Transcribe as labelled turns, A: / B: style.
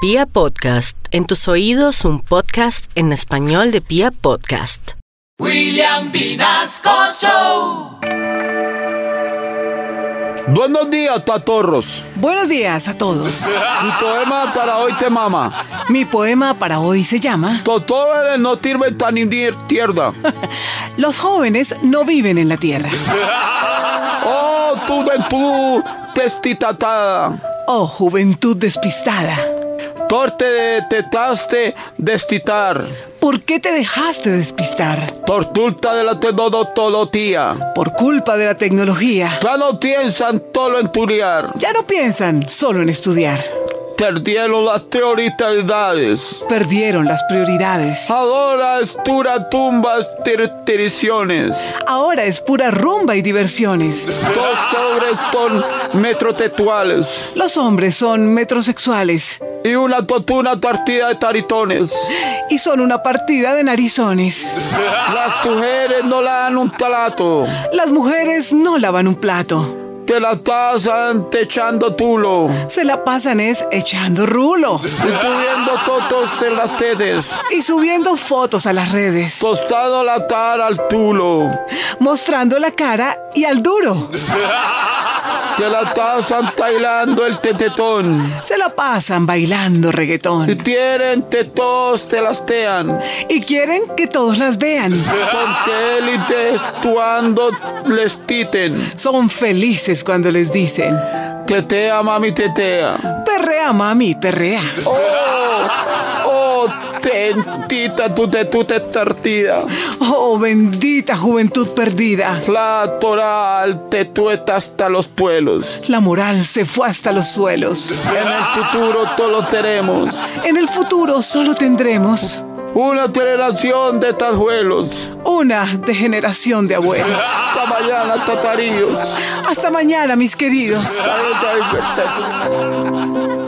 A: Pia Podcast, en tus oídos un podcast en español de Pia Podcast.
B: William Vinasco Show.
C: Buenos días, tatorros.
D: Buenos días a todos.
C: Mi poema para hoy te mama.
D: Mi poema para hoy se llama
C: Totores no sirven tan ni tierra.
D: Los jóvenes no viven en la tierra.
C: Oh, tú de tu testitatada.
D: Oh, juventud despistada.
C: Torte de tetaste destitar.
D: ¿Por qué te dejaste despistar?
C: Tortulta de la todotolotía.
D: Por culpa de la tecnología.
C: Ya no piensan todo en turiar.
D: Ya no piensan solo en estudiar.
C: Perdieron las prioridades.
D: Perdieron las prioridades.
C: Ahora es pura tumbas tirtiriciones.
D: Ahora es pura rumba y diversiones.
C: Dos sobres son metrotetuales.
D: Los hombres son metrosexuales
C: Y una totuna partida de taritones.
D: y son una partida de narizones.
C: Las mujeres no la dan un talato,
D: Las mujeres no lavan un plato.
C: te la tasan techando tulo
D: Se la pasan es echando rulo
C: y pudiendo totos de las tedes,
D: y subiendo fotos a las redes.
C: tostado la tara al tulo,
D: mostrando la cara y al duro.
C: te la tasan tailando el tetetón,
D: Se la pasan bailando
C: si
D: reggaetón
C: tienen tetos te las tean,
D: y quieren que todos las vean.
C: porque élites tuando les titen,
D: Son felices cuando les dicen,
C: tetea mami tetea,
D: perrea mami, perrea.
C: oh, oh, tentita tu te tu te tartida.
D: Oh, bendita juventud perdida.
C: La toral te tueta hasta los pueblos.
D: La moral se fue hasta los suelos.
C: En el futuro todos seremos
D: En el futuro solo tendremos
C: una generación de tajuelos.
D: una degeneración de abuelos.
C: Hasta mañana, tataríos.
D: Hasta mañana, mis queridos.
C: Ay, ay, ay, ay.